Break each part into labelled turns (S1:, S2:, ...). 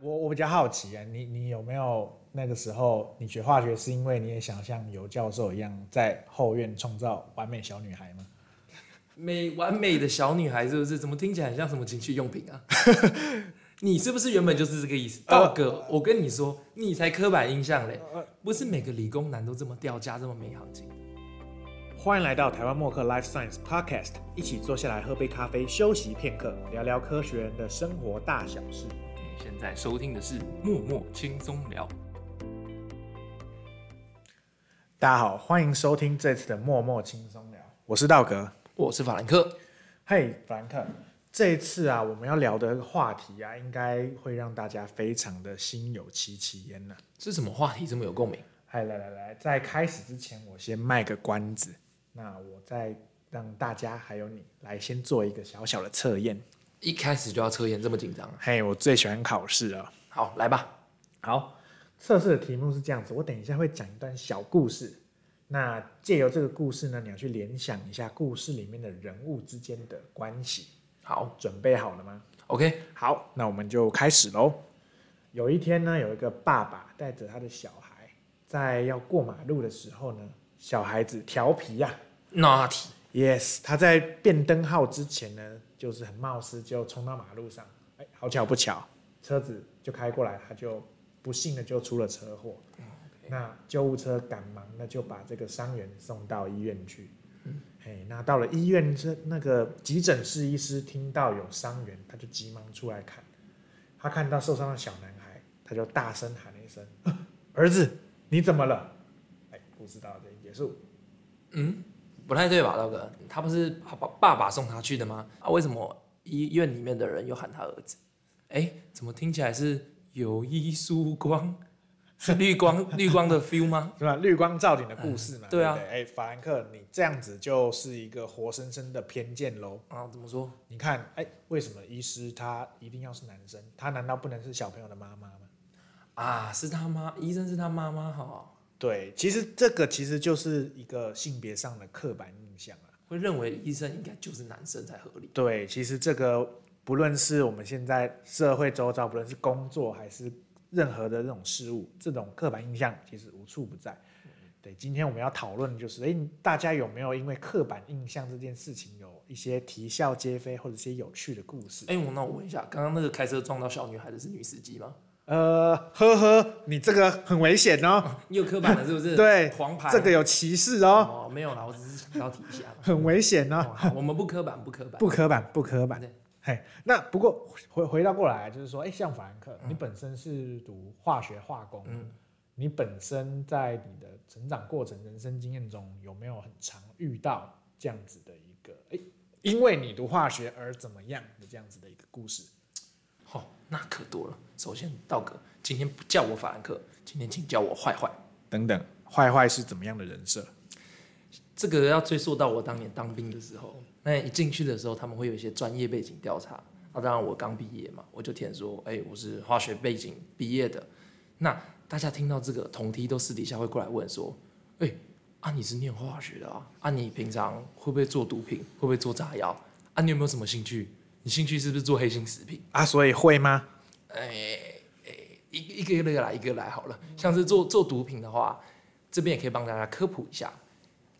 S1: 我我比较好奇啊，你你有没有那个时候你学化学是因为你也想像尤教授一样在后院创造完美小女孩吗？
S2: 美完美的小女孩是不是？怎么听起来很像什么情趣用品啊？你是不是原本就是这个意思？道哥，我跟你说，你才刻板印象嘞！不是每个理工男都这么掉价，这么没行情。
S1: 欢迎来到台湾默克 Life Science Podcast，一起坐下来喝杯咖啡，休息片刻，聊聊科学人的生活大小事。
S2: 你现在收听的是《默默轻松聊》，
S1: 大家好，欢迎收听这次的默默轻松聊，我是道格。
S2: 我是法兰克。
S1: 嘿，法兰克，这一次啊，我们要聊的话题啊，应该会让大家非常的心有戚戚焉呢、
S2: 是什么话题这么有共鸣？
S1: 嗨，哎来来来，在开始之前，我先卖个关子。那我再让大家还有你来先做一个小小的测验。
S2: 一开始就要测验，这么紧张啊？
S1: 嘿，我最喜欢考试了。
S2: 好，来吧。
S1: 好，测试的题目是这样子，我等一下会讲一段小故事。那借由这个故事呢，你要去联想一下故事里面的人物之间的关系。
S2: 好
S1: 准备好了吗？
S2: ，OK，
S1: 好，那我们就开始喽。有一天呢，有一个爸爸带着他的小孩，在要过马路的时候呢，小孩子调皮呀、
S2: 那题
S1: Yes，他在变灯号之前呢，就是很冒失就冲到马路上，哎，好巧不巧，车子就开过来，他就不幸的就出了车祸。那救护车赶忙那就把这个伤员送到医院去。哎，那到了医院，这那个急诊室医师听到有伤员，他就急忙出来看，他看到受伤的小男孩，他就大声喊了一声：“啊儿子，你怎么了？”哎，不知道这里结束。
S2: 不太对吧，道哥？他不是爸爸爸爸送他去的吗？啊，为什么医院里面的人又喊他儿子？哎，怎么听起来是有一束光？是绿光 绿光的 feel 吗？
S1: 是吧？绿光照顶的故事嘛。
S2: 嗯对啊
S1: 不哎、法兰克，你这样子就是一个活生生的偏见喽。
S2: 啊，怎么说？
S1: 你看，哎、为什么医师他一定要是男生？他难道不能是小朋友的妈妈吗？
S2: 啊，是他妈，医生是他妈妈哈，
S1: 对，其实这个其实就是一个性别上的刻板印象啊。
S2: 会认为医生应该就是男生才合理。
S1: 对，其实这个不论是我们现在社会周遭，不论是工作还是任何的这种事物，这种刻板印象其实无处不在。对，今天我们要讨论的就是，哎，大家有没有因为刻板印象这件事情有一些啼笑皆非或者一些有趣的故事？
S2: 哎，我那我问一下，刚刚那个开车撞到小女孩的是女司机吗？
S1: 呃，呵呵，你这个很危险哦，
S2: 你有刻板了是不 是？
S1: 对
S2: 黄牌。
S1: 这个有歧视哦，
S2: 哦，没有啦，我只是想要提一下。
S1: 很危险哦。
S2: 哦好我们不刻板，不刻板。
S1: 不刻板，不刻板
S2: 对。
S1: 嘿，那不过回回到过来，就是说，哎，像法兰克，你本身是读化学化工，
S2: 嗯
S1: 你本身在你的成长过程、人生经验中，有没有很常遇到这样子的一个，哎，因为你读化学而怎么样的这样子的一个故事？
S2: 哦，那可多了。首先，道哥今天不叫我法兰克，今天请叫我坏坏。
S1: 等等，坏坏是怎么样的人设？
S2: 这个要追溯到我当年当兵的时候，那一进去的时候，他们会有一些专业背景调查。那、当然我刚毕业嘛，我就填说，哎、我是化学背景毕业的。那大家听到这个，同梯都私底下会过来问说，哎、啊你是念化学的啊？啊你平常会不会做毒品？会不会做炸药？啊你有没有什么兴趣？你兴趣是不是做黑心食品？
S1: 啊，所以会吗？
S2: 一一个一个来，一个来好了。像是做做毒品的话，这边也可以帮大家科普一下，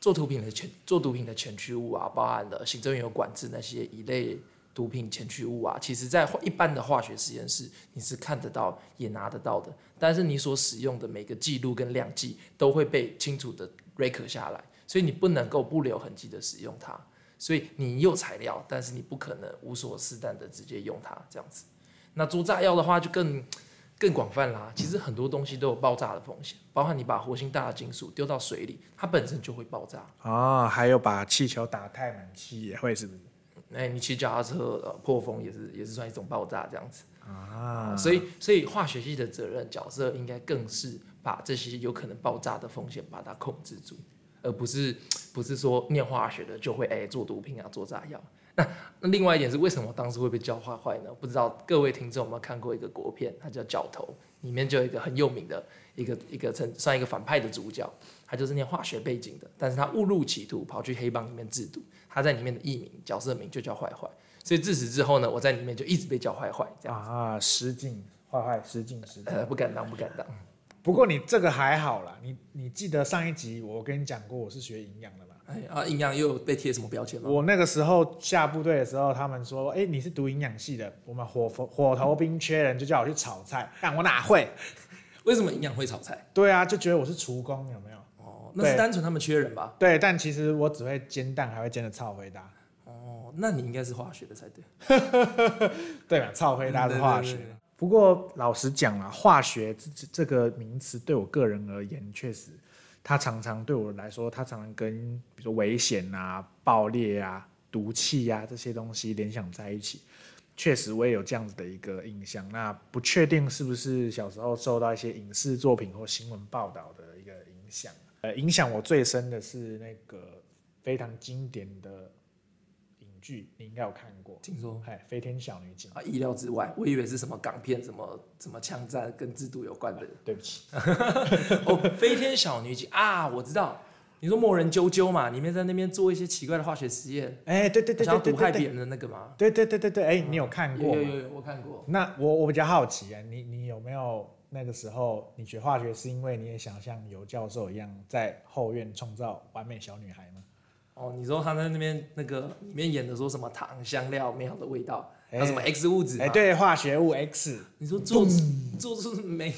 S2: 做毒品的前做毒品的前驱物啊，包含了行政院有管制那些一类毒品前驱物啊，其实在化一般的化学实验室你是看得到也拿得到的，但是你所使用的每个记录跟量计都会被清楚的 r e c 下来，所以你不能够不留痕迹的使用它。所以你有材料，但是你不可能无所适当的直接用它这样子。那做炸药的话就更更广泛啦。其实很多东西都有爆炸的风险，包含你把活性大的金属丢到水里，它本身就会爆炸。
S1: 哦，还有把气球打太满气也会是不是？
S2: 哎、你骑脚踏车呃破风也是也是算一种爆炸这样子。
S1: 啊，
S2: 所以所以化学系的责任角色应该更是把这些有可能爆炸的风险把它控制住，而不是不是说念化学的就会哎、做毒品啊做炸药。那那另外一点是为什么我当时会被教坏坏呢？不知道各位听众有没有看过一个国片，它叫《角头》，里面就有一个很有名的一个一个成算一个反派的主角，他就是念化学背景的，但是他误入歧途跑去黑帮里面制毒，他在里面的艺名角色名就叫坏坏，所以自此之后呢，我在里面就一直被叫坏坏这样。
S1: 啊，失敬坏坏失敬失敬。
S2: 呃，不敢当，不敢当。
S1: 不过你这个还好啦，你你记得上一集我跟你讲过我是学营养的嘛？
S2: 哎啊，营养又有被贴什么标签吗？
S1: 我那个时候下部队的时候，他们说：“哎、你是读营养系的，我们火火头兵缺人，就叫我去炒菜。”但我哪会？
S2: 为什么营养会炒菜？
S1: 对啊，就觉得我是厨工，有没有？
S2: 哦，那是
S1: 对
S2: 单纯他们缺人吧？
S1: 对，但其实我只会煎蛋，还会煎的操回答。
S2: 哦，那你应该是化学的才对。
S1: 对吧？操回答是化学。
S2: 嗯对对对
S1: 不过老实讲啦，化学这这这个名词对我个人而言，确实，它常常对我来说，它常常跟比如说危险啊、爆裂啊、毒气啊这些东西联想在一起。确实，我也有这样子的一个印象。那不确定是不是小时候受到一些影视作品或新闻报道的一个影响。呃，影响我最深的是那个非常经典的影剧，你应该有看过，
S2: 听说
S1: 哎，《飞天小女警》。
S2: 啊，意料之外，我以为是什么港片、什么什么枪战跟制度有关的。
S1: 对不起，
S2: 哦，飞天小女警啊，我知道。你说莫人啾啾嘛，里面在那边做一些奇怪的化学实验，
S1: 哎，对对对
S2: 想
S1: 对
S2: 要
S1: 对
S2: 毒害
S1: 对对，
S2: 别人的那个嘛。
S1: 对对对对对，哎，你有看过
S2: 有有
S1: 吗？
S2: 有有，我看过。
S1: 那我我比较好奇啊，你你有没有那个时候你学化学是因为你也想像尤教授一样在后院创造完美小女孩吗？
S2: 哦，你说他在那边那个里面演的说什么糖、香料、美好的味道，还有
S1: 哎
S2: 什么 X 物质？
S1: 哎，，对，化学物 X，
S2: 你说做做出美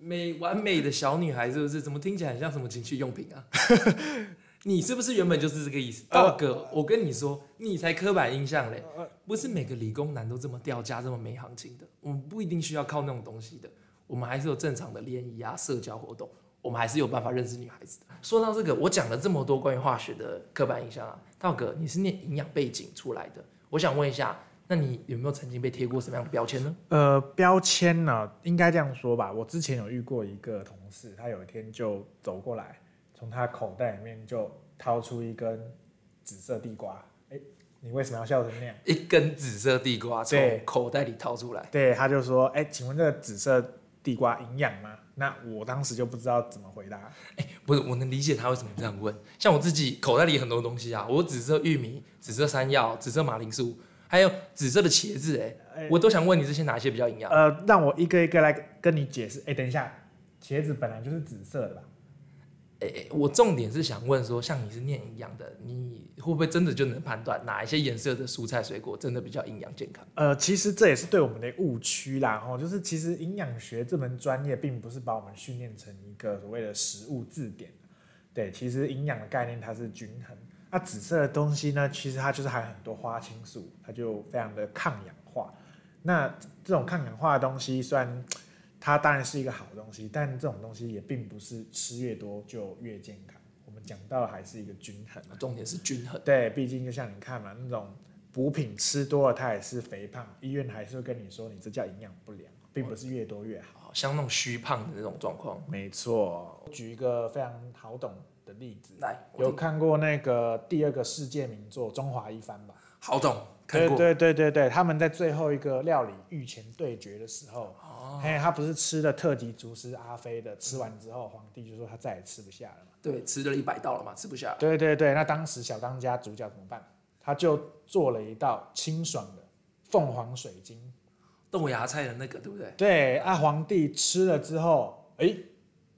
S2: 美完美的小女孩是不是？怎么听起来很像什么情趣用品啊？你是不是原本就是这个意思？道哥，我跟你说，你才刻板印象嘞！不是每个理工男都这么掉价、这么没行情的。我们不一定需要靠那种东西的，我们还是有正常的联谊啊、社交活动，我们还是有办法认识女孩子的。说到这个，我讲了这么多关于化学的刻板印象啊，道哥，你是念营养背景出来的，我想问一下，那你有没有曾经被贴过什么样的标签呢？
S1: 呃，标签呢、应该这样说吧。我之前有遇过一个同事，他有一天就走过来，从他口袋里面就掏出一根紫色地瓜。哎，你为什么要笑成那样？
S2: 一根紫色地瓜从
S1: 对
S2: 口袋里掏出来，
S1: 对，他就说：“哎、请问这个紫色地瓜营养吗？”那我当时就不知道怎么回答。
S2: 不是我能理解他为什么这样问。像我自己口袋里很多东西啊，我紫色玉米、紫色山药、紫色马铃薯，还有紫色的茄子、欸，
S1: 哎
S2: 我都想问你这些哪些比较营养？
S1: 呃，让我一个一个来跟你解释。哎、等一下，茄子本来就是紫色的吧？
S2: 哎、哎我重点是想问说，像你是念营养的，你会不会真的就能判断哪一些颜色的蔬菜水果真的比较营养健康？
S1: 呃，其实这也是对我们的误区啦，吼，就是其实营养学这门专业并不是把我们训练成一个所谓的食物字典，对，其实营养的概念它是均衡。那紫色的东西呢，其实它就是含很多花青素，它就非常的抗氧化。那这种抗氧化的东西，虽然它当然是一个好东西，但这种东西也并不是吃越多就越健康。我们讲到的还是一个均衡。
S2: 重点是均衡。
S1: 对，毕竟就像你看嘛，那种补品吃多了，它也是肥胖，医院还是会跟你说你这叫营养不良，并不是越多越好。
S2: 好像那种虚胖的那种状况，
S1: 没错，举一个非常好懂的例子，
S2: 来，我
S1: 有
S2: 听
S1: 看过那个第二个世界名作《中华一番》吧？
S2: 好懂，看
S1: 对
S2: 过，
S1: 对对对对，他们在最后一个料理御前对决的时候，
S2: 哦
S1: 嘿，他不是吃了特级厨师阿飞的，吃完之后皇帝就说他再也吃不下了嘛。
S2: 对，吃了一百道了嘛，吃不下了。
S1: 对对对，那当时小当家主角怎么办？他就做了一道清爽的凤凰水晶。
S2: 豆芽菜的那个，对不对？
S1: 对，啊，皇帝吃了之后，哎，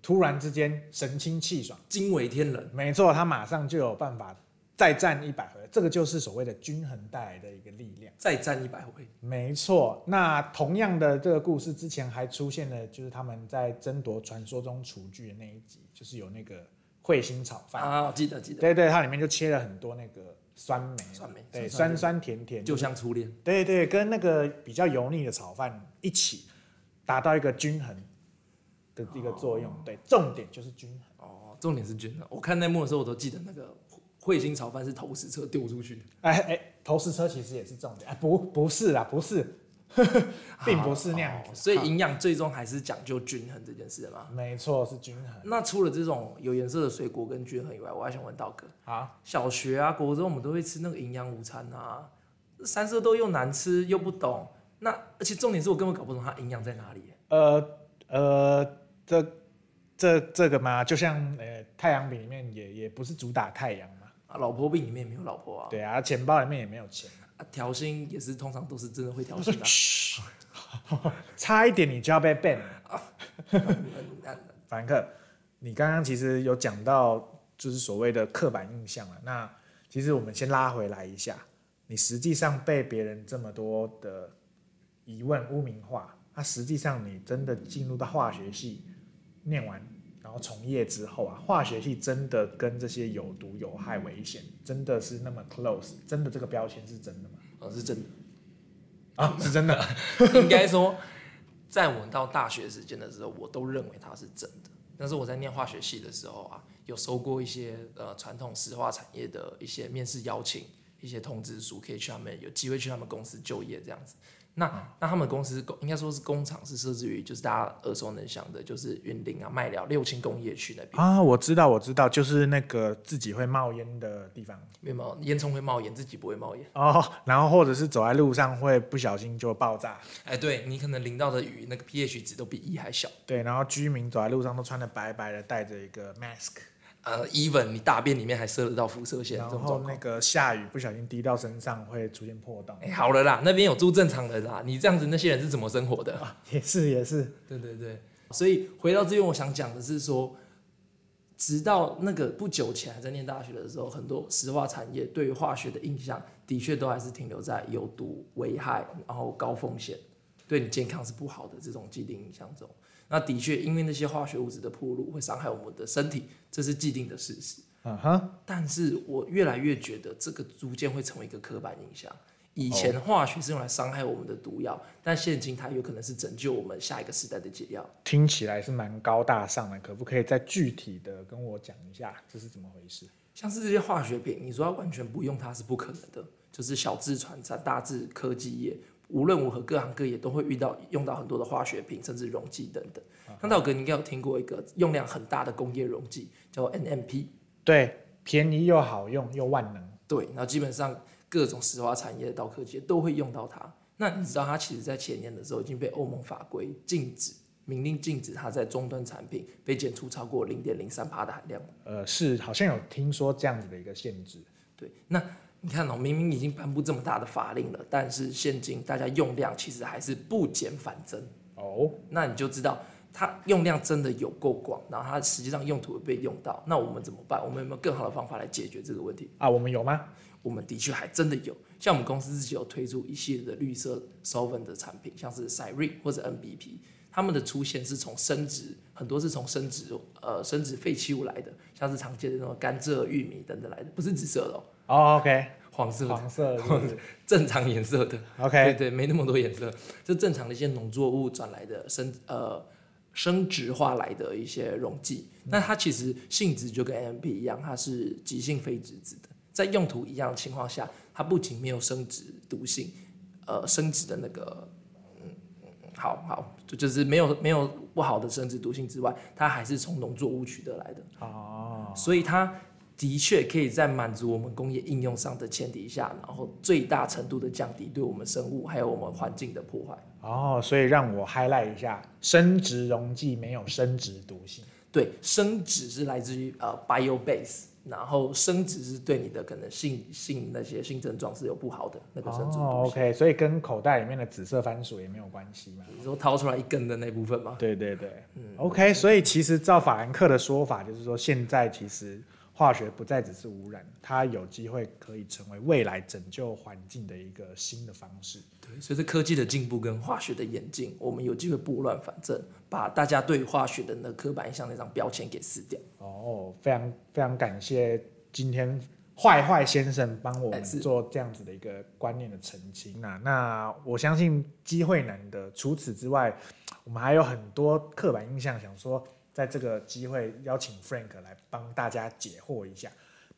S1: 突然之间神清气爽。
S2: 惊为天人。
S1: 没错，他马上就有办法再战一百回，这个就是所谓的均衡带来的一个力量。
S2: 再战一百回，
S1: 没错，那同样的这个故事之前还出现了，就是他们在争夺传说中厨具的那一集，就是有那个彗星炒饭。
S2: 啊，我记得记得，
S1: 对对，它里面就切了很多那个酸梅，
S2: 酸梅
S1: 对，
S2: 酸
S1: 酸酸甜甜，
S2: 就像初恋，
S1: 对对，跟那个比较油腻的炒饭一起，达到一个均衡的一个作用。对，重点就是均衡。
S2: 哦，重点是均衡。我看那幕的时候，我都记得那个彗星炒饭是投石车丢出去的，
S1: 哎哎，投石车其实也是重点，哎，不不是啦，不是， 并不是那样子。
S2: 哦所以营养最终还是讲究均衡这件事嘛。
S1: 没错，是均衡。
S2: 那除了这种有颜色的水果跟均衡以外，我还想问道哥，
S1: 好，
S2: 小学啊、国中我们都会吃那个营养午餐啊，三色豆又难吃又不懂，那而且重点是我根本搞不懂它营养在哪里耶。
S1: 呃呃，这这这个嘛，就像呃太阳饼里面也也不是主打太阳嘛，
S2: 啊，老婆饼里面也没有老婆啊，
S1: 对啊，钱包里面也没有钱。
S2: 啊，调薪也是通常都是真的会调薪的啊、
S1: 嘘，差一点你就要被 ban 了。凡客，你刚刚其实有讲到就是所谓的刻板印象了。那其实我们先拉回来一下，你实际上被别人这么多的疑问污名化，那、实际上你真的进入到化学系念完，然后从业之后啊，化学系真的跟这些有毒有害危险真的是那么 close？真的这个标签是真的吗？
S2: 呃，是真的。
S1: 啊，是真的。
S2: 应该说，在我到大学时间的时候，我都认为它是真的。但是我在念化学系的时候啊，有收过一些呃传统石化产业的一些面试邀请、一些通知书，可以去他们有机会去他们公司就业这样子。那那他们公司工应该说是工厂是设置于就是大家耳熟能详的，就是云林啊、麦寮、六轻工业区那边，
S1: 啊，我知道，我知道，就是那个自己会冒烟的地方
S2: 没有冒烟囱会冒烟，自己不会冒烟。
S1: 哦，然后或者是走在路上会不小心就爆炸，
S2: 哎，对你可能淋到的雨那个 pH 值都比一还小。
S1: 对，然后居民走在路上都穿的白白的，戴着一个 mask，
S2: 呃，even 你大便里面还射得到辐射线，
S1: 然
S2: 这种状
S1: 后
S2: 况。
S1: 那个下雨不小心滴到身上会出现破洞，
S2: 哎、好了啦，那边有住正常人啦，你这样子那些人是怎么生活的？
S1: 啊也是也是，
S2: 对对对，所以回到这边，我想讲的是说，直到那个不久前还在念大学的时候，很多石化产业对于化学的印象，的确都还是停留在有毒、危害，然后高风险，对你健康是不好的这种既定印象中。那的确，因为那些化学物质的铺路会伤害我们的身体，这是既定的事实。
S1: 嗯哼，
S2: 但是我越来越觉得这个逐渐会成为一个刻板印象。以前化学是用来伤害我们的毒药，但现今它有可能是拯救我们下一个时代的解药。
S1: 听起来是蛮高大上的，可不可以再具体的跟我讲一下这是怎么回事？
S2: 像是这些化学品，你说要完全不用它是不可能的，就是小至船产、大至科技业，无论如何各行各业都会遇到用到很多的化学品，甚至溶剂等等。那道哥，你应该有听过一个用量很大的工业溶剂，叫做 NMP。
S1: 对，便宜又好用又万能，
S2: 对，然后基本上各种石化产业到科技都会用到它。那你知道它其实在前年的时候已经被欧盟法规禁止，明令禁止它在终端产品被检出超过零点零三帕的含量。
S1: 呃，是好像有听说这样子的一个限制，
S2: 对，那你看哦，明明已经颁布这么大的法令了，但是现今大家用量其实还是不减反增。
S1: 哦，
S2: 那你就知道它用量真的有够广，然后它实际上用途会被用到。那我们怎么办？我们有没有更好的方法来解决这个问题？
S1: 啊，我们有吗？
S2: 我们的确还真的有，像我们公司自己有推出一系列的绿色 solvent 的产品，像是 s i r e 或者 NBP，它们的出现是从生殖，很多是从生殖呃生殖废弃物来的，像是常见的那种甘蔗、玉米等等来的，不是紫色的、哦，
S1: 哦，OK，
S2: 黄色的，
S1: 黄色是 不是
S2: 正常颜色的，对
S1: ，OK，
S2: 对，没那么多颜色，就正常的一些农作物转来的生呃生殖化来的一些溶剂。那它其实性质就跟 AMP 一样，它是急性非脂质的，在用途一样的情况下，它不仅没有生殖毒性，呃，生殖的那个。嗯嗯好好，就就是没有没有不好的生殖毒性之外，它还是从农作物取得来的。
S1: 哦，
S2: 所以它的确可以在满足我们工业应用上的前提下，然后最大程度的降低对我们生物还有我们环境的破坏。
S1: 哦，所以让我 highlight 一下，生殖溶剂没有生殖毒性。
S2: 对，生殖是来自于呃 bio base，然后生殖是对你的可能性性那些性症状是有不好的那个生殖
S1: 哦
S2: 毒性。
S1: ，OK，所以跟口袋里面的紫色番薯也没有关系嘛？
S2: 你说掏出来一根的那部分吗？
S1: 对对对、o
S2: 嗯
S1: k 所以其实照法兰克的说法，就是说现在其实化学不再只是污染，它有机会可以成为未来拯救环境的一个新的方式。
S2: 对，随着科技的进步跟化学的演进，我们有机会拨乱反正，把大家对化学的那刻板印象那张标签给撕掉。
S1: 哦，非常非常感谢今天坏坏先生帮我们
S2: 哎是
S1: 做这样子的一个观念的澄清啊。那我相信机会难得，除此之外，我们还有很多刻板印象，想说在这个机会邀请 Frank 来帮大家解惑一下。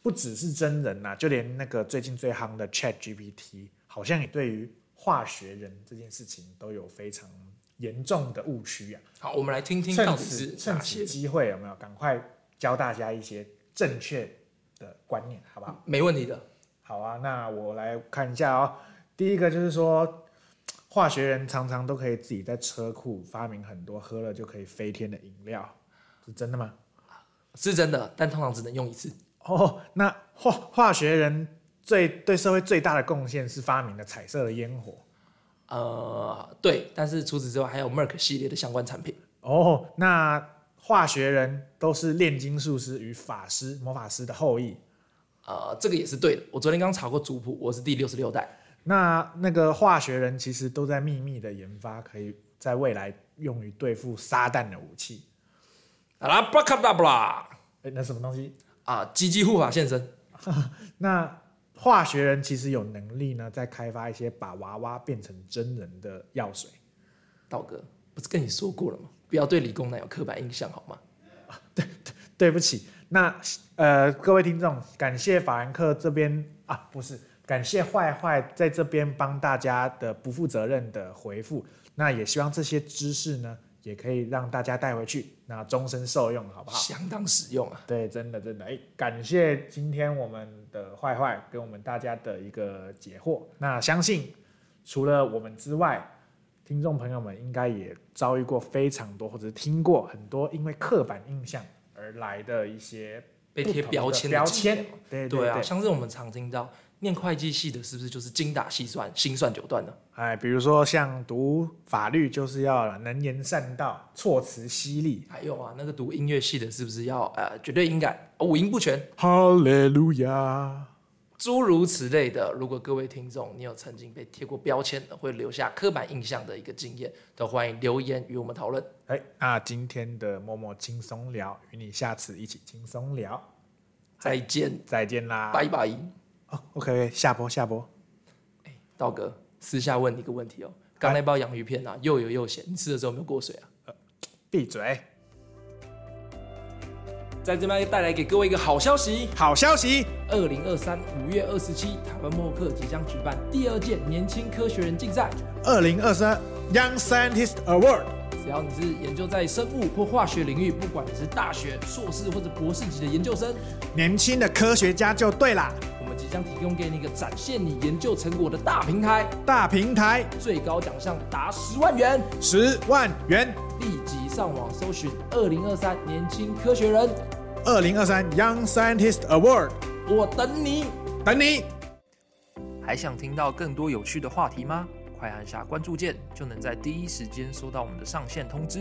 S1: 不只是真人呐、啊就连那个最近最夯的 Chat GPT，好像也对于化学人这件事情都有非常严重的误区啊。
S2: 好，我们来听听到
S1: 趁
S2: 底是
S1: 此趁
S2: 哪些
S1: 此机会有没有赶快教大家一些正确的观念，好不好？
S2: 没问题的。
S1: 好啊，那我来看一下哦。第一个就是说，化学人常常都可以自己在车库发明很多喝了就可以飞天的饮料，是真的吗？
S2: 是真的，但通常只能用一次。
S1: 哦，那化化学人最对社会最大的贡献是发明了彩色的烟火。
S2: 呃，对，但是除此之外还有 Merck 系列的相关产品。
S1: 哦，那化学人都是炼金术师与法师、魔法师的后裔。
S2: 呃，这个也是对的。我昨天刚查过族谱，我是第六十六代。
S1: 那那个化学人其实都在秘密的研发，可以在未来用于对付撒旦的武器。
S2: 啊啦，巴卡达布拉
S1: 哎，那什么东西？
S2: 啊，积极护法现身。
S1: 那化学人其实有能力呢，在开发一些把娃娃变成真人的药水。
S2: 道哥，不是跟你说过了吗？不要对理工男有刻板印象好吗？
S1: 对不起，那呃，各位听众，感谢法兰克这边啊，不是，感谢坏坏在这边帮大家的不负责任的回复。那也希望这些知识呢，也可以让大家带回去，那终身受用，好不好？
S2: 相当实用啊。
S1: 对，真的真的，哎，感谢今天我们的坏坏给我们大家的一个解惑。那相信除了我们之外，听众朋友们应该也遭遇过非常多，或者是听过很多因为刻板印象而来的一些
S2: 被贴标签的
S1: 标
S2: 经验
S1: 签
S2: 嘛。
S1: 对
S2: 对啊，
S1: 对，
S2: 像是我们常听到念会计系的，是不是就是精打细算、心算九段呢？
S1: 哎，比如说像读法律就是要能言善道，措辞犀利。
S2: 还有啊，那个读音乐系的，是不是要呃绝对音感、五音不全，
S1: 哈利路亚。
S2: 诸如此类的？如果各位听众你有曾经被贴过标签的，会留下刻板印象的一个经验，都欢迎留言与我们讨论。
S1: 哎，那今天的默默轻松聊，与你下次一起轻松聊。
S2: 再见，
S1: 再见啦，
S2: 拜拜。
S1: 哦，OK，下播下播。
S2: 道哥，私下问你一个问题哦，刚那包洋芋片啊，又油又咸，你吃的时候有没有过水啊？
S1: 闭嘴！
S2: 在这边带来给各位一个好消息。
S1: 好消息，
S2: 二零二三五月二十七，台湾默克即将举办第二届年轻科学人竞赛。
S1: 二零二三 Young Scientist Award，
S2: 只要你是研究在生物或化学领域，不管你是大学、硕士或者博士级的研究生，
S1: 年轻的科学家就对啦，
S2: 我们即将提供给你一个展现你研究成果的大平台，
S1: 大平台
S2: 最高奖项达十万元。
S1: 十万元，
S2: 立即上网搜寻“二零二三年轻科学人
S1: 二零二三 Young Scientist Award，”，
S2: 我等你。
S1: 等你。
S2: 还想听到更多有趣的话题吗？快按下关注键，就能在第一时间收到我们的上线通知。